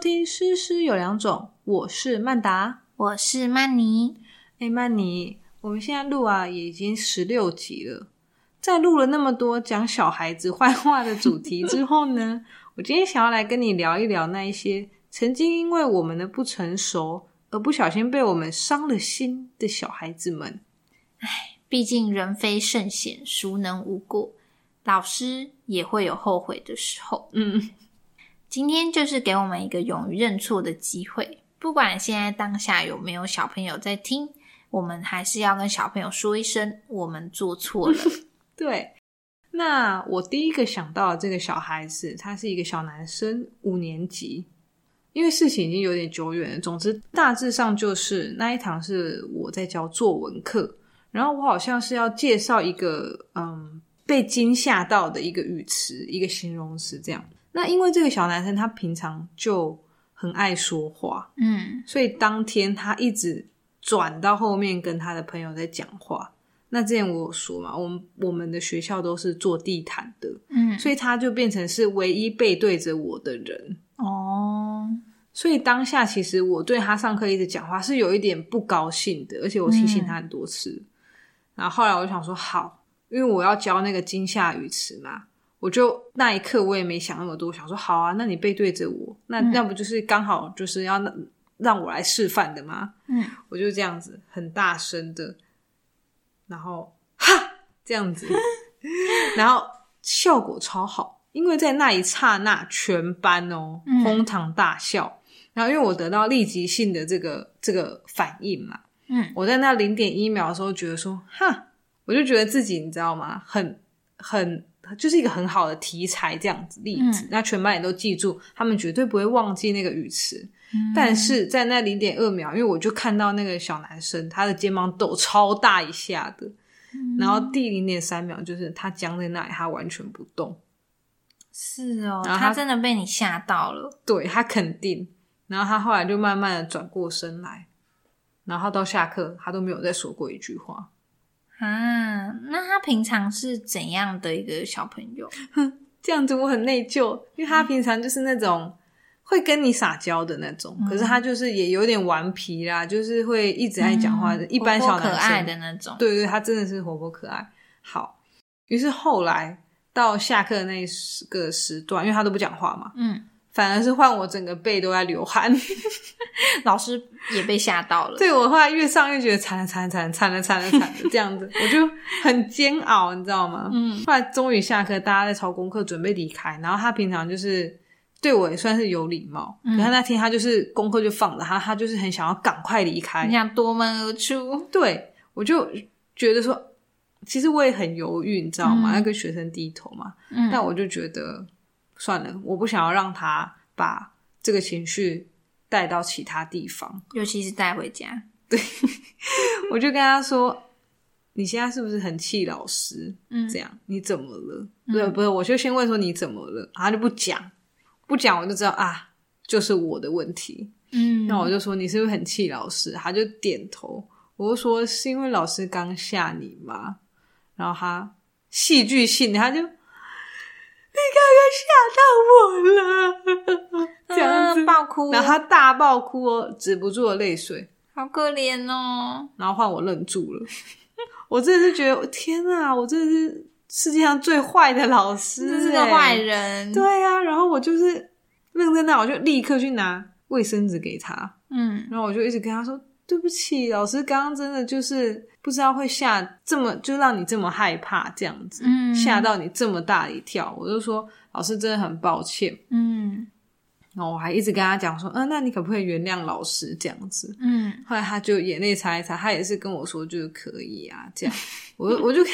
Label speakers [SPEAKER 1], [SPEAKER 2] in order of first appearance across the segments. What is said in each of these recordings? [SPEAKER 1] 听《诗诗有两种》，我是曼达。
[SPEAKER 2] 我是曼妮。
[SPEAKER 1] 哎，曼妮，我们现在录啊，也已经十六集了。在录了那么多讲小孩子坏话的主题之后呢，我今天想要来跟你聊一聊那一些曾经因为我们的不成熟而不小心被我们伤了心的小孩子们。
[SPEAKER 2] 毕竟人非圣贤，孰能无过？老师也会有后悔的时候。
[SPEAKER 1] 嗯，
[SPEAKER 2] 今天就是给我们一个勇于认错的机会，不管现在当下有没有小朋友在听，我们还是要跟小朋友说一声，我们做 错了。
[SPEAKER 1] 对。那我第一个想到的这个小孩子，他是一个小男生，五年级。因为事情已经有点久远了，总之大致上就是那一堂是我在教作文课，然后我好像是要介绍一个嗯被惊吓到的一个语词，一个形容词这样。那因为这个小男生他平常就很爱说话，
[SPEAKER 2] 嗯，
[SPEAKER 1] 所以当天他一直转到后面跟他的朋友在讲话。那之前我有说嘛，我们我们的学校都是做地毯的，
[SPEAKER 2] 嗯，
[SPEAKER 1] 所以他就变成是唯一背对着我的人。
[SPEAKER 2] 哦，
[SPEAKER 1] 所以当下其实我对他上课一直讲话是有一点不高兴的，而且我提醒他很多次。然后后来我就想说好，因为我要教那个惊吓语词嘛，我就那一刻我也没想那么多，我想说好啊，那你背对着我，那、
[SPEAKER 2] 嗯
[SPEAKER 1] 那不就是刚好就是要让让我来示范的吗？
[SPEAKER 2] 嗯，
[SPEAKER 1] 我就这样子很大声的，然后哈这样 子，然后效果超好，因为在那一刹那，全班哦
[SPEAKER 2] 嗯
[SPEAKER 1] 哄堂大笑。然后因为我得到立即性的这个这个反应嘛，
[SPEAKER 2] 嗯，
[SPEAKER 1] 我在那零点一秒的时候觉得说哈，我就觉得自己你知道吗？很很就是一个很好的题材这样子例子，
[SPEAKER 2] 嗯
[SPEAKER 1] 那全班也都记住，他们绝对不会忘记那个语词。
[SPEAKER 2] 嗯
[SPEAKER 1] 但是在那零点二秒，因为我就看到那个小男生他的肩膀抖超大一下的，
[SPEAKER 2] 嗯
[SPEAKER 1] 然后第零点三秒就是他僵在那里，他完全不动，
[SPEAKER 2] 是哦，
[SPEAKER 1] 然后
[SPEAKER 2] 他
[SPEAKER 1] 他
[SPEAKER 2] 真的被你吓到了。
[SPEAKER 1] 对他肯定。然后他后来就慢慢的转过身来，然后到下课他都没有再说过一句话。
[SPEAKER 2] 啊，那他平常是怎样的一个小朋友？
[SPEAKER 1] 这样子我很内疚，因为
[SPEAKER 2] 嗯
[SPEAKER 1] 他平常就是那种会跟你撒娇的那种，
[SPEAKER 2] 嗯
[SPEAKER 1] 可是他就是也有点顽皮啦，就是会一直爱讲话的。
[SPEAKER 2] 嗯
[SPEAKER 1] 一般小
[SPEAKER 2] 活泼
[SPEAKER 1] 男
[SPEAKER 2] 可
[SPEAKER 1] 生
[SPEAKER 2] 爱的那种。
[SPEAKER 1] 对对，他真的是活泼可爱。好，于是后来到下课的那个时段，因为他都不讲话嘛，
[SPEAKER 2] 嗯，
[SPEAKER 1] 反而是换我整个背都在流汗。
[SPEAKER 2] 老师也被吓到了。
[SPEAKER 1] 对我后来越上越觉得惨了惨了惨了惨了惨了惨了这样子，我就很煎熬，你知道吗？
[SPEAKER 2] 嗯
[SPEAKER 1] 后来终于下课，大家在抄功课，准备离开。然后他平常就是对我也算是有礼貌，
[SPEAKER 2] 嗯
[SPEAKER 1] 可他那天他就是功课就放着他，他就是很想要赶快离开
[SPEAKER 2] 你。想夺门而出？
[SPEAKER 1] 对我就觉得说，其实我也很犹豫，你知道吗？
[SPEAKER 2] 嗯
[SPEAKER 1] 要跟学生低头嘛。
[SPEAKER 2] 嗯，
[SPEAKER 1] 但我就觉得算了，我不想要让他把这个情绪带到其他地方。
[SPEAKER 2] 尤其是带回家。嗯
[SPEAKER 1] 我就跟他说：“你现在是不是很气老师？
[SPEAKER 2] 嗯，
[SPEAKER 1] 这样你怎么了？”
[SPEAKER 2] 嗯
[SPEAKER 1] 对，不是，我就先问说你怎么了，然后他就不讲，不讲我就知道啊，就是我的问题。
[SPEAKER 2] 嗯，
[SPEAKER 1] 那我就说你是不是很气老师？他就点头。我就说是因为老师刚吓你吗？然后他戏剧性，他就你刚刚吓到我 了，这样子
[SPEAKER 2] 啊，爆哭，
[SPEAKER 1] 然后他大爆哭哦，止不住的泪水。
[SPEAKER 2] 好可怜哦。
[SPEAKER 1] 然后换我愣住了， 我真的是觉得天啊，我真的是世界上最坏的老师、欸
[SPEAKER 2] 这是个坏。人。，
[SPEAKER 1] 对呀、然后我就是愣在那，我就立刻去拿卫生纸给他。
[SPEAKER 2] 嗯
[SPEAKER 1] 然后我就一直跟他说：“对不起，老师刚刚真的就是不知道会吓这么，就让你这么害怕这样子，
[SPEAKER 2] 嗯，
[SPEAKER 1] 吓到你这么大一跳。”我就说：“老师真的很抱歉。
[SPEAKER 2] 嗯。”
[SPEAKER 1] 然后我还一直跟他讲说：“嗯、那你可不可以原谅老师这样子
[SPEAKER 2] 嗯？”，
[SPEAKER 1] 后来他就眼泪擦一擦，他也是跟我说：“就是可以啊，这样。 我”我就看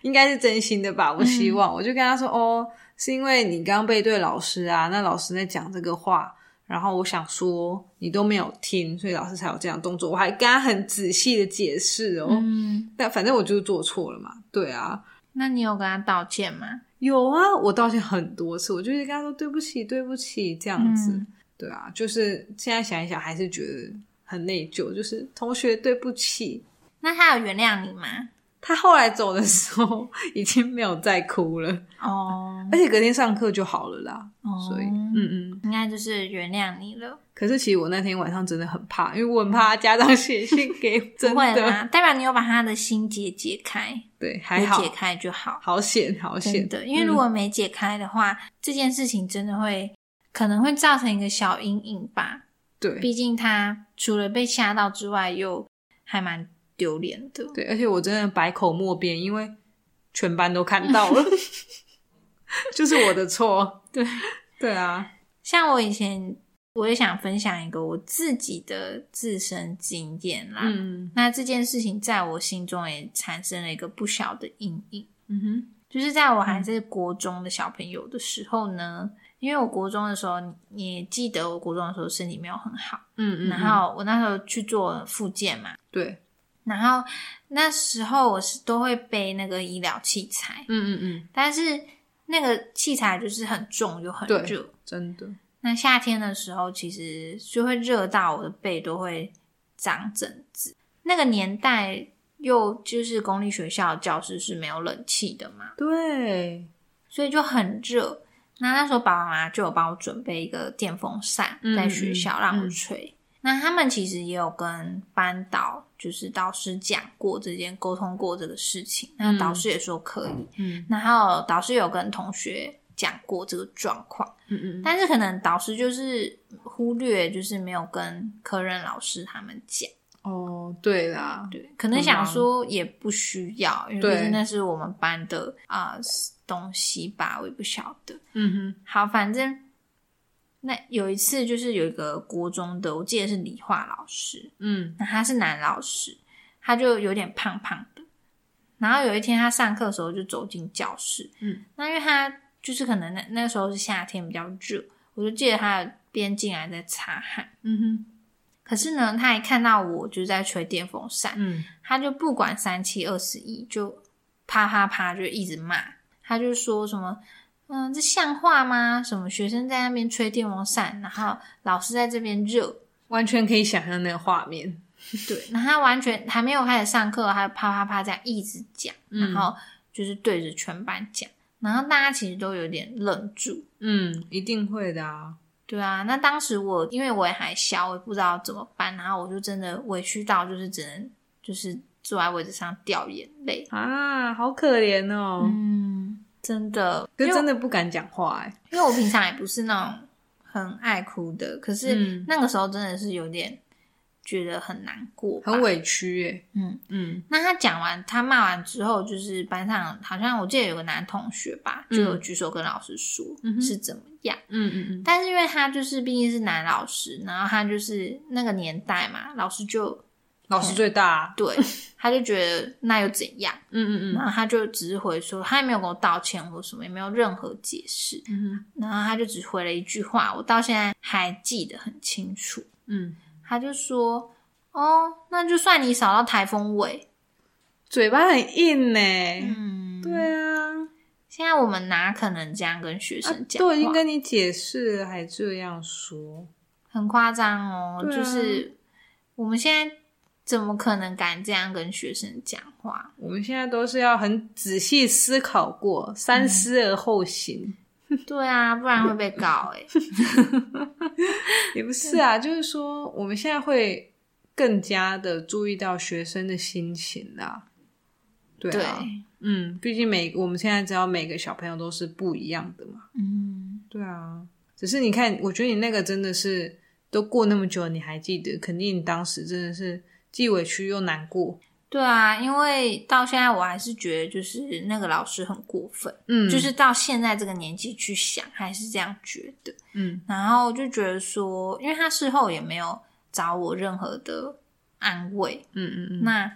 [SPEAKER 1] 应该是真心的吧，我希望、
[SPEAKER 2] 嗯
[SPEAKER 1] 我就跟他说：“哦，是因为你刚背对老师啊，那老师在讲这个话，然后我想说你都没有听，所以老师才有这样的动作。我还跟他很仔细的解释哦，
[SPEAKER 2] 嗯，
[SPEAKER 1] 但反正我就是做错了嘛。对啊，
[SPEAKER 2] 那你有跟他道歉吗？
[SPEAKER 1] 有啊，我道歉很多次，我就是跟他说对不起，对不起这样子。
[SPEAKER 2] 嗯
[SPEAKER 1] 对啊，就是现在想一想，还是觉得很内疚，就是同学对不起，
[SPEAKER 2] 那他有原谅你吗？
[SPEAKER 1] 他后来走的时候 已经没有再哭了，
[SPEAKER 2] 哦，
[SPEAKER 1] 而且隔天上课就好了啦。所以，
[SPEAKER 2] 哦
[SPEAKER 1] 嗯嗯。
[SPEAKER 2] 应该就是原谅你了，
[SPEAKER 1] 可是其实我那天晚上真的很怕，因为我很怕家长写信给我，真
[SPEAKER 2] 不会
[SPEAKER 1] 的、
[SPEAKER 2] 啦，代表你有把他的心结解开，
[SPEAKER 1] 对，还
[SPEAKER 2] 有
[SPEAKER 1] 好
[SPEAKER 2] 解开就好。
[SPEAKER 1] 好险好
[SPEAKER 2] 真
[SPEAKER 1] 险嗯
[SPEAKER 2] 的，因为如果没解开的话，这件事情真的会可能会造成一个小阴影吧。
[SPEAKER 1] 对
[SPEAKER 2] 毕竟他除了被吓到之外，又还蛮丢脸的。
[SPEAKER 1] 对，而且我真的百口莫辩，因为全班都看到 了，就是我的错。
[SPEAKER 2] 对
[SPEAKER 1] 对啊，
[SPEAKER 2] 像我以前，我也想分享一个我自己的自身经验啦。
[SPEAKER 1] 嗯
[SPEAKER 2] 那这件事情在我心中也产生了一个不小的阴影，
[SPEAKER 1] 嗯哼，
[SPEAKER 2] 就是在我
[SPEAKER 1] 嗯
[SPEAKER 2] 还是国中的小朋友的时候呢，因为我国中的时候，你你也记得我国中的时候身体没有很好，
[SPEAKER 1] 嗯嗯，嗯
[SPEAKER 2] 然后我那时候去做复健嘛，
[SPEAKER 1] 对，
[SPEAKER 2] 然后那时候我是都会背那个医疗器材，
[SPEAKER 1] 嗯嗯嗯，
[SPEAKER 2] 但是那个器材就是很重又很
[SPEAKER 1] 对
[SPEAKER 2] 热。
[SPEAKER 1] 真的，
[SPEAKER 2] 那夏天的时候，其实就会热到我的背都会长疹子。那个年代又就是公立学校教室是没有冷气的嘛，
[SPEAKER 1] 对，
[SPEAKER 2] 所以就很热。那那时候爸爸妈妈就有帮我准备一个电风扇
[SPEAKER 1] 嗯
[SPEAKER 2] 在学校
[SPEAKER 1] 嗯
[SPEAKER 2] 让我
[SPEAKER 1] 嗯
[SPEAKER 2] 吹。那他们其实也有跟班导，就是导师讲过这件沟通过这个事情。那
[SPEAKER 1] 嗯
[SPEAKER 2] 导师也说可以，
[SPEAKER 1] 嗯
[SPEAKER 2] 然后导师有跟同学讲过这个状况，
[SPEAKER 1] 嗯嗯嗯，
[SPEAKER 2] 但是可能导师就是忽略，就是没有跟科任老师他们讲。
[SPEAKER 1] 哦，对啦，
[SPEAKER 2] 对，可能
[SPEAKER 1] 很
[SPEAKER 2] 想
[SPEAKER 1] 忙
[SPEAKER 2] 说也不需要，因为
[SPEAKER 1] 对
[SPEAKER 2] 毕竟那是我们班的啊、东西吧，我也不晓得。
[SPEAKER 1] 嗯
[SPEAKER 2] 好，反正那有一次就是有一个国中的，我记得是理化老师，
[SPEAKER 1] 哼，嗯
[SPEAKER 2] 那他是男老师，他就有点胖胖的。然后有一天他上课的时候就走进教室，
[SPEAKER 1] 嗯，
[SPEAKER 2] 那因为他就是可能那那时候是夏天比较热，我就记得他边进来在擦汗。
[SPEAKER 1] 嗯哼，
[SPEAKER 2] 可是呢，他一看到我就是在吹电风扇，
[SPEAKER 1] 嗯
[SPEAKER 2] 他就不管三七二十一，就啪啪啪就一直骂，他就说什么，嗯，这像话吗？什么学生在那边吹电风扇，然后老师在这边热，
[SPEAKER 1] 完全可以想象那个画面，
[SPEAKER 2] 对，那他完全还没有开始上课，他就啪啪啪这样一直讲，
[SPEAKER 1] 嗯
[SPEAKER 2] 然后就是对着全班讲，然后大家其实都有点愣住。
[SPEAKER 1] 嗯，一定会的啊，
[SPEAKER 2] 对啊，那当时我因为我也还小，我也不知道怎么办，然后我就真的委屈到就是只能就是坐在位置上掉眼泪。
[SPEAKER 1] 啊，好可怜哦，
[SPEAKER 2] 嗯，真的，
[SPEAKER 1] 可是
[SPEAKER 2] 因为
[SPEAKER 1] 真的不敢讲话哎，
[SPEAKER 2] 因为我平常也不是那种很爱哭的，可是
[SPEAKER 1] 嗯
[SPEAKER 2] 那个时候真的是有点觉得很难过，
[SPEAKER 1] 很。委屈哎，
[SPEAKER 2] 嗯，
[SPEAKER 1] 嗯
[SPEAKER 2] 那他讲完，他骂完之后，就是班上好像我记得有个男同学吧，就
[SPEAKER 1] 嗯
[SPEAKER 2] 有举手跟老师说、
[SPEAKER 1] 嗯哼
[SPEAKER 2] 是怎么样。
[SPEAKER 1] 嗯嗯嗯，
[SPEAKER 2] 但是因为他就是毕竟是男老师，然后他就是那个年代嘛，老师就
[SPEAKER 1] 老师最大啊，
[SPEAKER 2] 对，他就觉得那又怎样？
[SPEAKER 1] 嗯嗯
[SPEAKER 2] 然后他就只是回说，他也没有跟我道歉或什么，也没有任何解释。
[SPEAKER 1] 嗯嗯
[SPEAKER 2] 然后他就只回了一句话，我到现在还记得很清楚。
[SPEAKER 1] 嗯，
[SPEAKER 2] 他就说：“哦，那就算你扫到台风尾。
[SPEAKER 1] 嘴巴很硬呢，”
[SPEAKER 2] 嗯，。
[SPEAKER 1] 对啊，
[SPEAKER 2] 现在我们哪可能这样跟学生讲话？
[SPEAKER 1] 都已经跟你解释了，还这样说，
[SPEAKER 2] 很夸张哦，
[SPEAKER 1] 对啊
[SPEAKER 2] 就是我们现在怎么可能敢这样跟学生讲话？
[SPEAKER 1] 我们现在都是要很仔细思考过，三思而后行。
[SPEAKER 2] 对啊，不然会被告哎、
[SPEAKER 1] 也不是啊，就是说我们现在会更加的注意到学生的心情啦。 对
[SPEAKER 2] 对，
[SPEAKER 1] 啊，嗯，毕竟每我们现在知道每个小朋友都是不一样的嘛。
[SPEAKER 2] 嗯，
[SPEAKER 1] 对啊，只是你看，我觉得你那个真的是都过那么久了，你还记得，肯定你当时真的是既委屈又难过。
[SPEAKER 2] 对啊，因为到现在我还是觉得就是那个老师很过分，
[SPEAKER 1] 嗯，
[SPEAKER 2] 就是到现在这个年纪去想，还是这样觉得。
[SPEAKER 1] 嗯
[SPEAKER 2] 然后就觉得说，因为他事后也没有找我任何的安慰，
[SPEAKER 1] 嗯嗯嗯，
[SPEAKER 2] 那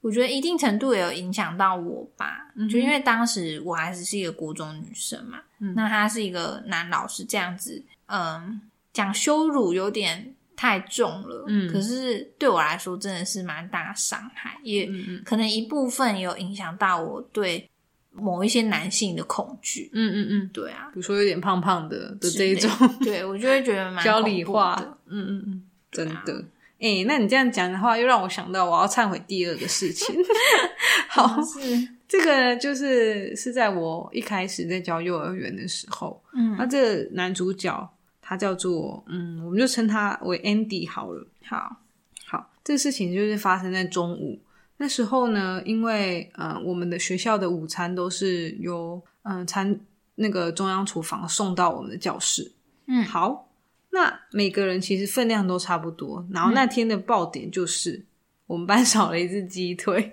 [SPEAKER 2] 我觉得一定程度也有影响到我吧，
[SPEAKER 1] 嗯哼
[SPEAKER 2] 就因为当时我还只是一个国中女生嘛，
[SPEAKER 1] 嗯
[SPEAKER 2] 那他是一个男老师这样子，嗯，讲羞辱有点太重了，
[SPEAKER 1] 嗯
[SPEAKER 2] 可是对我来说真的是蛮大的伤害，也
[SPEAKER 1] 嗯嗯
[SPEAKER 2] 可能一部分也有影响到我对某一些男性的恐惧，
[SPEAKER 1] 嗯嗯嗯，
[SPEAKER 2] 对啊，
[SPEAKER 1] 比如说有点胖胖的的
[SPEAKER 2] 之
[SPEAKER 1] 这一
[SPEAKER 2] 类
[SPEAKER 1] 种，
[SPEAKER 2] 对我就会觉得蛮
[SPEAKER 1] 教
[SPEAKER 2] 恐
[SPEAKER 1] 理
[SPEAKER 2] 怖
[SPEAKER 1] 化
[SPEAKER 2] 的，啊
[SPEAKER 1] 嗯嗯嗯，真的。哎、那你这样讲的话，又让我想到我要忏悔第二个事情。 好，
[SPEAKER 2] 是，
[SPEAKER 1] 这个呢就是是在我一开始在教幼儿园的时候，
[SPEAKER 2] 嗯
[SPEAKER 1] 那这个男主角他叫做嗯，我们就称他为 Andy 好了。
[SPEAKER 2] 好，
[SPEAKER 1] 好，这个事情就是发生在中午。那时候呢，因为呃，我们的学校的午餐都是由嗯、呃餐那个中央厨房送到我们的教室。
[SPEAKER 2] 嗯
[SPEAKER 1] 好，那每个人其实分量都差不多。然后那天的爆点就是、我们班少了一只鸡腿。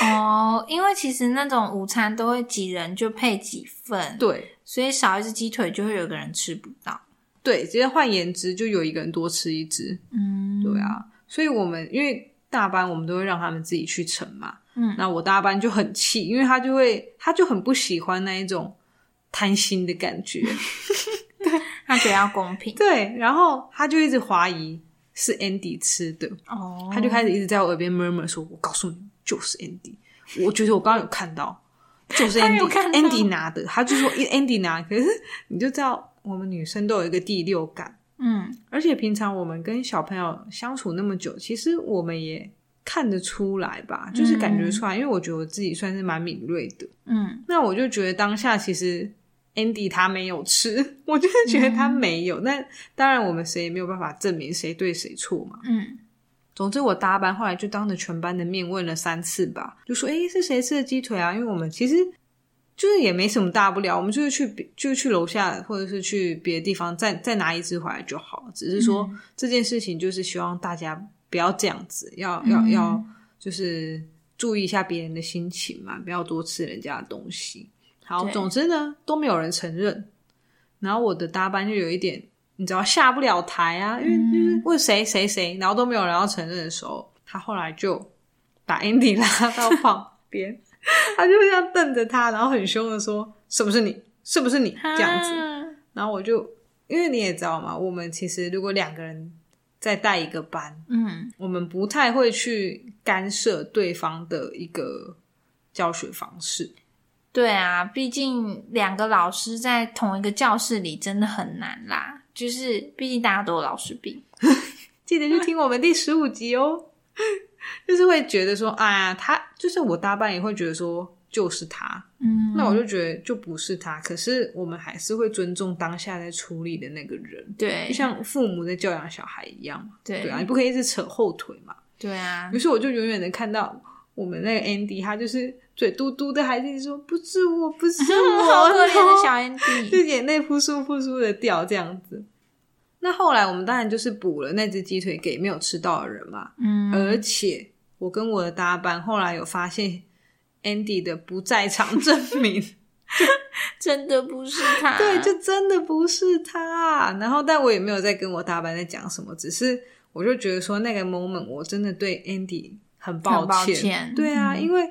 [SPEAKER 2] 哦，因为其实那种午餐都会几人就配几份，
[SPEAKER 1] 对
[SPEAKER 2] 所以少一只鸡腿就会有个人吃不到。
[SPEAKER 1] 对，直接换言之，就有一个人多吃一只。
[SPEAKER 2] 嗯，
[SPEAKER 1] 对，啊，所以我们因为大班我们都会让他们自己去盛嘛，
[SPEAKER 2] 嗯
[SPEAKER 1] 那我大班就很气，因为他就会他就很不喜欢那一种贪心的感 觉，
[SPEAKER 2] 他觉得要公平。
[SPEAKER 1] 对，然后他就一直怀疑是 Andy 吃的，
[SPEAKER 2] 哦，
[SPEAKER 1] 他就开始一直在我耳边 murmur 说：“我告诉你，就是 Andy，我 觉得我刚刚有看到，就是
[SPEAKER 2] 他有看到
[SPEAKER 1] Andy，Andy 拿的。”他就说一：“Andy 拿。”可是你就知道，我们女生都有一个第六感。
[SPEAKER 2] 嗯
[SPEAKER 1] 而且平常我们跟小朋友相处那么久，其实我们也看得出来吧，就是感觉出来。因为我觉得我自己算是蛮敏锐的，
[SPEAKER 2] 嗯
[SPEAKER 1] 那我就觉得当下其实 Andy 他没有吃， 我就是觉得他没有。那、当然，我们谁也没有办法证明谁对谁错嘛。
[SPEAKER 2] 嗯，
[SPEAKER 1] 总之，我搭班后来就当着全班的面问了三次吧，就说：“诶，是谁吃的鸡腿啊？”因为我们其实就是也没什么大不了，我们就是去别就是去楼下或者是去别的地方再再拿一只回来就好了。只是说、
[SPEAKER 2] 嗯
[SPEAKER 1] 这件事情，就是希望大家不要这样子，要要
[SPEAKER 2] 嗯
[SPEAKER 1] 要，就是注意一下别人的心情嘛，不要多吃人家的东西。好，
[SPEAKER 2] 对
[SPEAKER 1] 总之呢，都没有人承认。然后我的搭班就有一点，你知道下不了台啊，因为
[SPEAKER 2] 嗯
[SPEAKER 1] 就是问谁谁谁，然后都没有人要承认的时候，他后来就把 Andy 拉到旁边，他就这样瞪着他，然后很凶的说：“是不是你？是不是你？”这样子。
[SPEAKER 2] 子，
[SPEAKER 1] 然后我就，因为你也知道嘛，我们其实如果两个人再带一个班，
[SPEAKER 2] 嗯
[SPEAKER 1] 我们不太会去干涉对方的一个教学方式。
[SPEAKER 2] 对啊，毕竟两个老师在同一个教室里真的很难啦，就是毕竟大家都有老师病。
[SPEAKER 1] 记得去听我们第十五集哦。 就是会觉得说，啊，他就是我搭班也会觉得说，就是他。
[SPEAKER 2] 嗯，
[SPEAKER 1] 那我就觉得就不是他，可是我们还是会尊重当下在处理的那个人，
[SPEAKER 2] 对
[SPEAKER 1] 就像父母在教养小孩一样嘛。
[SPEAKER 2] 对
[SPEAKER 1] 对啊，你不可以一直扯后腿嘛。
[SPEAKER 2] 对 啊
[SPEAKER 1] 于，是我就远远的看到我们那个 Andy，他就是嘴嘟嘟的，还是说不是我，不是我，
[SPEAKER 2] 好可怜的小
[SPEAKER 1] 孩， 就
[SPEAKER 2] Andy。
[SPEAKER 1] 眼泪扑簌扑簌的掉这样子。那后来我们当然就是补了那只鸡腿给没有吃到的人嘛，
[SPEAKER 2] 嗯，
[SPEAKER 1] 而且我跟我的搭班后来有发现 Andy 的不在场证明，
[SPEAKER 2] 真的不是他，
[SPEAKER 1] 对，就真的不是他。然后，但我也没有在跟我大班在讲什么，只是我就觉得说那个 moment 我真的对 Andy 很抱
[SPEAKER 2] 很抱
[SPEAKER 1] 歉。
[SPEAKER 2] 歉
[SPEAKER 1] 对啊，
[SPEAKER 2] 嗯
[SPEAKER 1] 因为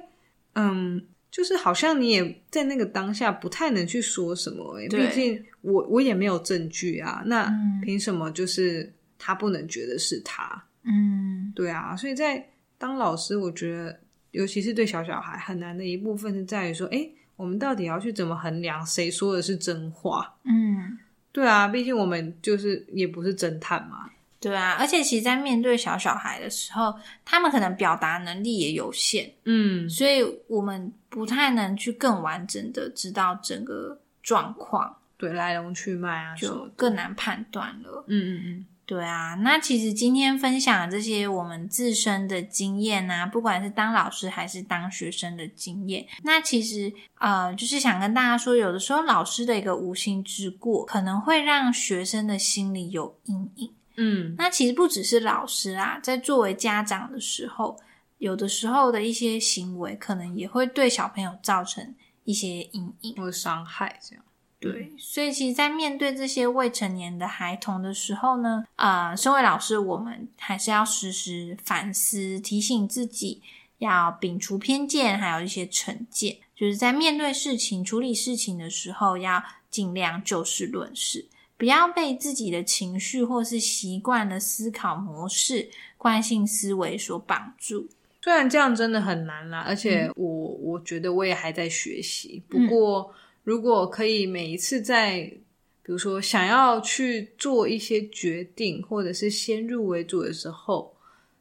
[SPEAKER 1] 嗯，就是好像你也在那个当下不太能去说什么、欸，
[SPEAKER 2] 对
[SPEAKER 1] 毕竟我我也没有证据啊。那
[SPEAKER 2] 嗯
[SPEAKER 1] 凭什么就是他不能觉得是他？
[SPEAKER 2] 嗯，
[SPEAKER 1] 对啊，所以在当老师，我觉得尤其是对小小孩很难的一部分是在于说，哎、我们到底要去怎么衡量谁说的是真话？
[SPEAKER 2] 嗯，
[SPEAKER 1] 对啊，毕竟我们就是也不是侦探嘛。
[SPEAKER 2] 对啊，而且其实，在面对小小孩的时候，他们可能表达能力也有限，
[SPEAKER 1] 嗯，
[SPEAKER 2] 所以我们不太能去更完整的知道整个状况，
[SPEAKER 1] 对，来龙去脉啊，什
[SPEAKER 2] 就
[SPEAKER 1] 么的
[SPEAKER 2] 更难判断了。
[SPEAKER 1] 嗯嗯嗯，
[SPEAKER 2] 对啊，那其实今天分享的这些我们自身的经验啊，不管是当老师还是当学生的经验，那其实呃，就是想跟大家说，有的时候老师的一个无心之过，可能会让学生的心里有阴影。
[SPEAKER 1] 嗯，
[SPEAKER 2] 那其实不只是老师啊，在作为家长的时候，有的时候的一些行为，可能也会对小朋友造成一些阴影。
[SPEAKER 1] 或者伤害这样。
[SPEAKER 2] 对，所以其实，在面对这些未成年的孩童的时候呢，呃，身为老师，我们还是要时时反思，提醒自己要摒除偏见，还有一些成见，就是在面对事情、处理事情的时候，要尽量就事论事，不要被自己的情绪或是习惯的思考模式、惯性思维所绑住。
[SPEAKER 1] 虽然这样真的很难啦，而且我、嗯我觉得我也还在学习。不过、如果可以每一次在比如说想要去做一些决定，或者是先入为主的时候，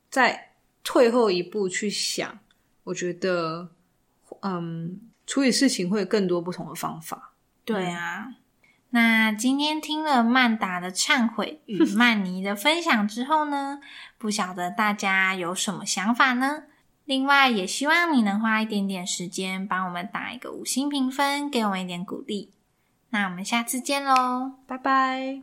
[SPEAKER 1] 再退后一步去想，我觉得，嗯，处理事情会有更多不同的方法。
[SPEAKER 2] 对
[SPEAKER 1] 嗯
[SPEAKER 2] 啊。那今天听了曼达的忏悔与曼妮的分享之后呢，不晓得大家有什么想法呢？另外，也希望你能花一点点时间帮我们打一个五星评分，给我们一点鼓励。那我们下次见喽！
[SPEAKER 1] 拜拜。